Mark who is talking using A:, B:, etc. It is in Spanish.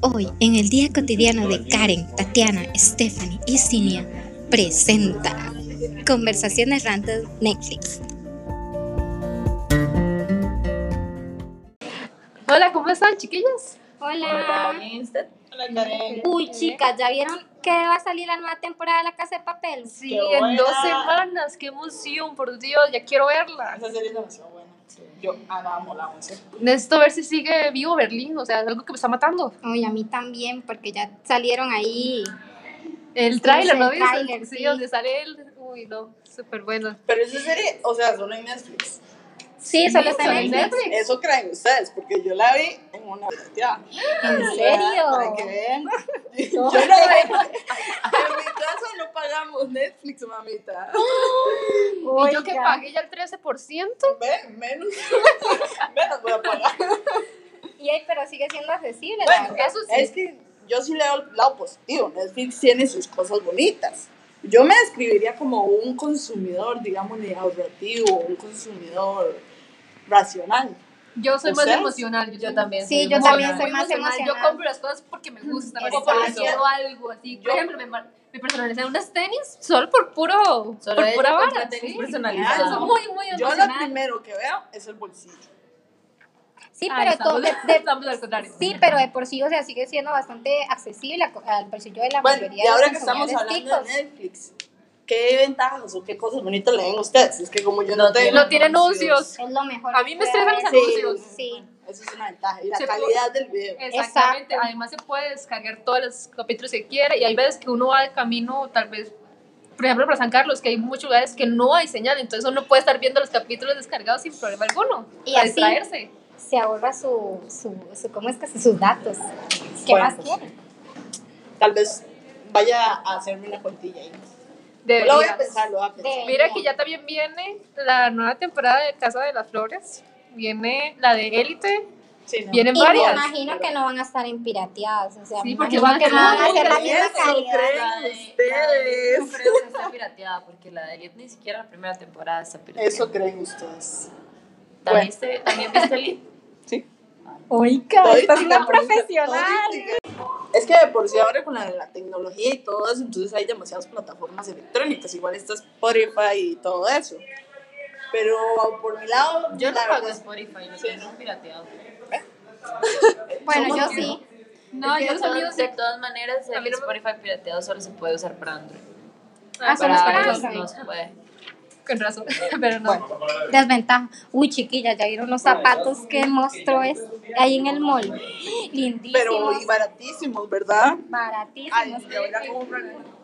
A: Hoy, en el día cotidiano de Karen, Tatiana, Stephanie y Cinia, presenta Conversaciones Random Netflix.
B: Hola, ¿cómo están, chiquillas?
C: Hola. Uy, chicas, ¿ya vieron que va a salir la nueva temporada de La Casa de Papel?
B: Sí,
D: Qué
B: en dos
D: buena.
B: semanas, qué emoción, por Dios, ya quiero verla.
D: Esa serie es demasiado buena. Yo amo la 11.
B: Necesito ver si sigue vivo Berlín, o sea, es algo que me está matando.
C: Uy, a mí también, porque ya salieron ahí.
B: El tráiler,
C: el
B: ¿no viste?
C: tráiler,
B: sí,
C: sí.
B: donde sale él. Uy, no, súper bueno.
D: Pero esa serie, o sea, solo en Netflix.
C: Sí, solo
B: Sí,
C: está en
B: en
C: Netflix.
B: Netflix.
D: Eso creen ustedes, porque yo la vi en una pirateada.
C: ¿En
D: Para que
C: serio?
D: vean. Yo la vi. En mi casa no pagamos Netflix, mamita.
B: y yo que
C: Oiga.
B: pagué ya el 13%.
D: Ven, menos. Menos voy a pagar.
C: Y ahí, pero sigue siendo accesible. la
D: Bueno,
C: verdad.
B: eso sí.
D: es que yo sí leo el lado positivo. Netflix tiene sus cosas bonitas. Yo me describiría como un consumidor, digamos, ahorrativo, un consumidor racional.
B: Yo soy más
D: ¿Ustedes?
B: emocional, yo, también.
C: Sí,
B: soy
C: yo
B: muy-
C: también soy
B: muy
C: más emocional.
B: Yo compro las cosas porque me gustan, o porque
D: Exacto.
B: quiero algo así. Por
D: Yo-
B: ejemplo, me, mar- me personalicé unas tenis solo por puro, por pura vara. sí.
D: personalizados.
B: Eso es muy, muy
D: Yo lo
B: emocional.
D: primero que veo es el bolsillo.
C: Sí,
B: Ah,
C: pero todo
B: estamos,
C: de, de-
B: estamos al contrario.
C: sí, pero de por sí, o sea, sigue siendo bastante accesible a- al bolsillo de la
D: Bueno,
C: mayoría
D: y
C: de
D: ahora
C: los
D: que estamos
C: consumidores
D: hablando
C: ticos.
D: de Netflix, ¿qué ventajas o qué cosas bonitas le ven ustedes? Es que como yo no, tengo.
B: no tiene anuncios.
C: Es lo mejor.
B: A
C: que
B: mí me
C: puede
B: estresan
C: haber.
B: los
D: Sí,
B: anuncios.
C: Sí.
D: Eso es una ventaja. Y la
B: Se puede-
D: calidad del video.
B: Exactamente,
C: Exacto.
B: además se puede descargar todos los capítulos que quiera y hay veces que uno va de camino, tal vez, por ejemplo, para San Carlos, que hay muchos lugares que no hay señal, entonces uno puede estar viendo los capítulos descargados sin problema alguno,
C: Y
B: para
C: así.
B: distraerse.
C: Se ahorra su, su, su, ¿cómo es que se- sus datos? ¿Qué
D: Bueno,
C: más quiere?
D: Tal vez vaya a hacerme una cuentilla ahí.
B: Deberías.
D: Lo voy a pensar, lo voy a pensar.
B: Mira que ya también viene la nueva temporada de Casa de las Flores, viene la de Élite,
D: Sí, no.
B: vienen
C: Y me
B: varias.
C: imagino que no van a estar en pirateadas, o sea,
B: Sí,
C: me
B: porque
C: imagino
B: van a
C: que no
B: ser
C: van a ser la
B: muy
C: misma calidad.
E: La de-
D: ustedes.
E: La de Elite creo que está pirateada porque la de Elite ni siquiera la primera temporada está pirateada.
D: Eso creen ustedes.
E: ¿También, viste- también viste Elite?
C: Oiga,
D: Estoy
C: esta es una
D: tirando-
C: profesional.
D: Es que de por sí ahora con la, la tecnología y todo eso, entonces hay demasiadas plataformas electrónicas, igual está Spotify y todo eso. Pero por mi lado,
E: Yo no
D: la
E: pago
D: verdad-
E: Spotify, no
D: Sí.
E: tengo pirateado.
C: Bueno,
D: somos
C: yo
D: que-
C: sí.
B: No,
E: Es que
B: yo
E: de
B: soy
E: todas- De
B: music.
E: todas maneras,
B: A
E: el
B: mí no me-
E: Spotify pirateado solo se puede usar para Android.
B: Ah,
C: solo es para
E: iOS
C: Android.
E: No se puede.
B: Con razón, pero no.
D: Bueno,
C: Desventaja. Uy, chiquilla, ya vieron los zapatos que mostró es ahí en el mall. Lindísimos,
D: pero y baratísimos, ¿verdad?
C: baratísimos.
D: Ay, y ahora compran